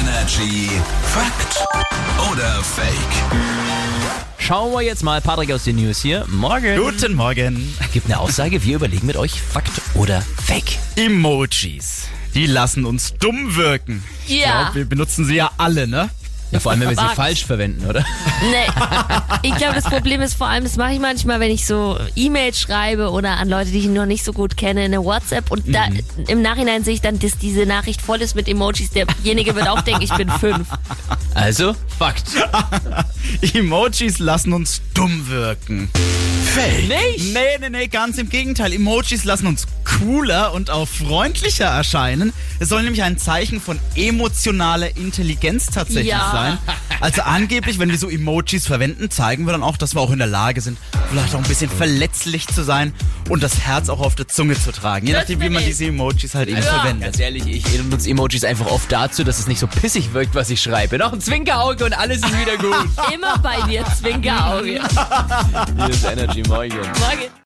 Energy Fakt oder Fake? Schauen wir jetzt mal, Patrick aus den News hier. Morgen. Guten Morgen. Gibt eine Aussage, wir überlegen mit euch, Fakt oder Fake. Emojis. Die lassen uns dumm wirken. Ja. wir benutzen sie ja alle, ne? Ja, vor allem, wenn wir sie Fakt. falsch verwenden, oder? Nee. ne. Ich glaube, das Problem ist vor allem, das mache ich manchmal, wenn ich so E-Mails schreibe oder an Leute, die ich noch nicht so gut kenne, in eine WhatsApp und da im Nachhinein sehe ich dann, dass diese Nachricht voll ist mit Emojis. Derjenige wird auch denken, ich bin fünf. Also, Fakt. Emojis lassen uns dumm wirken. Fake. Nicht? Nee, nee, nee, ganz im Gegenteil. Emojis lassen uns cooler und auch freundlicher erscheinen. Es soll nämlich ein Zeichen von emotionaler Intelligenz tatsächlich Ja. sein. Also angeblich, wenn wir so Emojis verwenden, zeigen wir dann auch, dass wir auch in der Lage sind, vielleicht auch ein bisschen verletzlich zu sein und das Herz auch auf der Zunge zu tragen. Je Das nachdem, wie man bin ich. diese Emojis halt eben verwendet. Ganz ehrlich, ich nutze Emojis einfach oft dazu, dass es nicht so pissig wirkt, was ich schreibe. Noch ein Zwinkerauge und alles ist wieder gut. Immer bei dir, Zwinkerauge. Hier ist Energy Morgen. Morgen.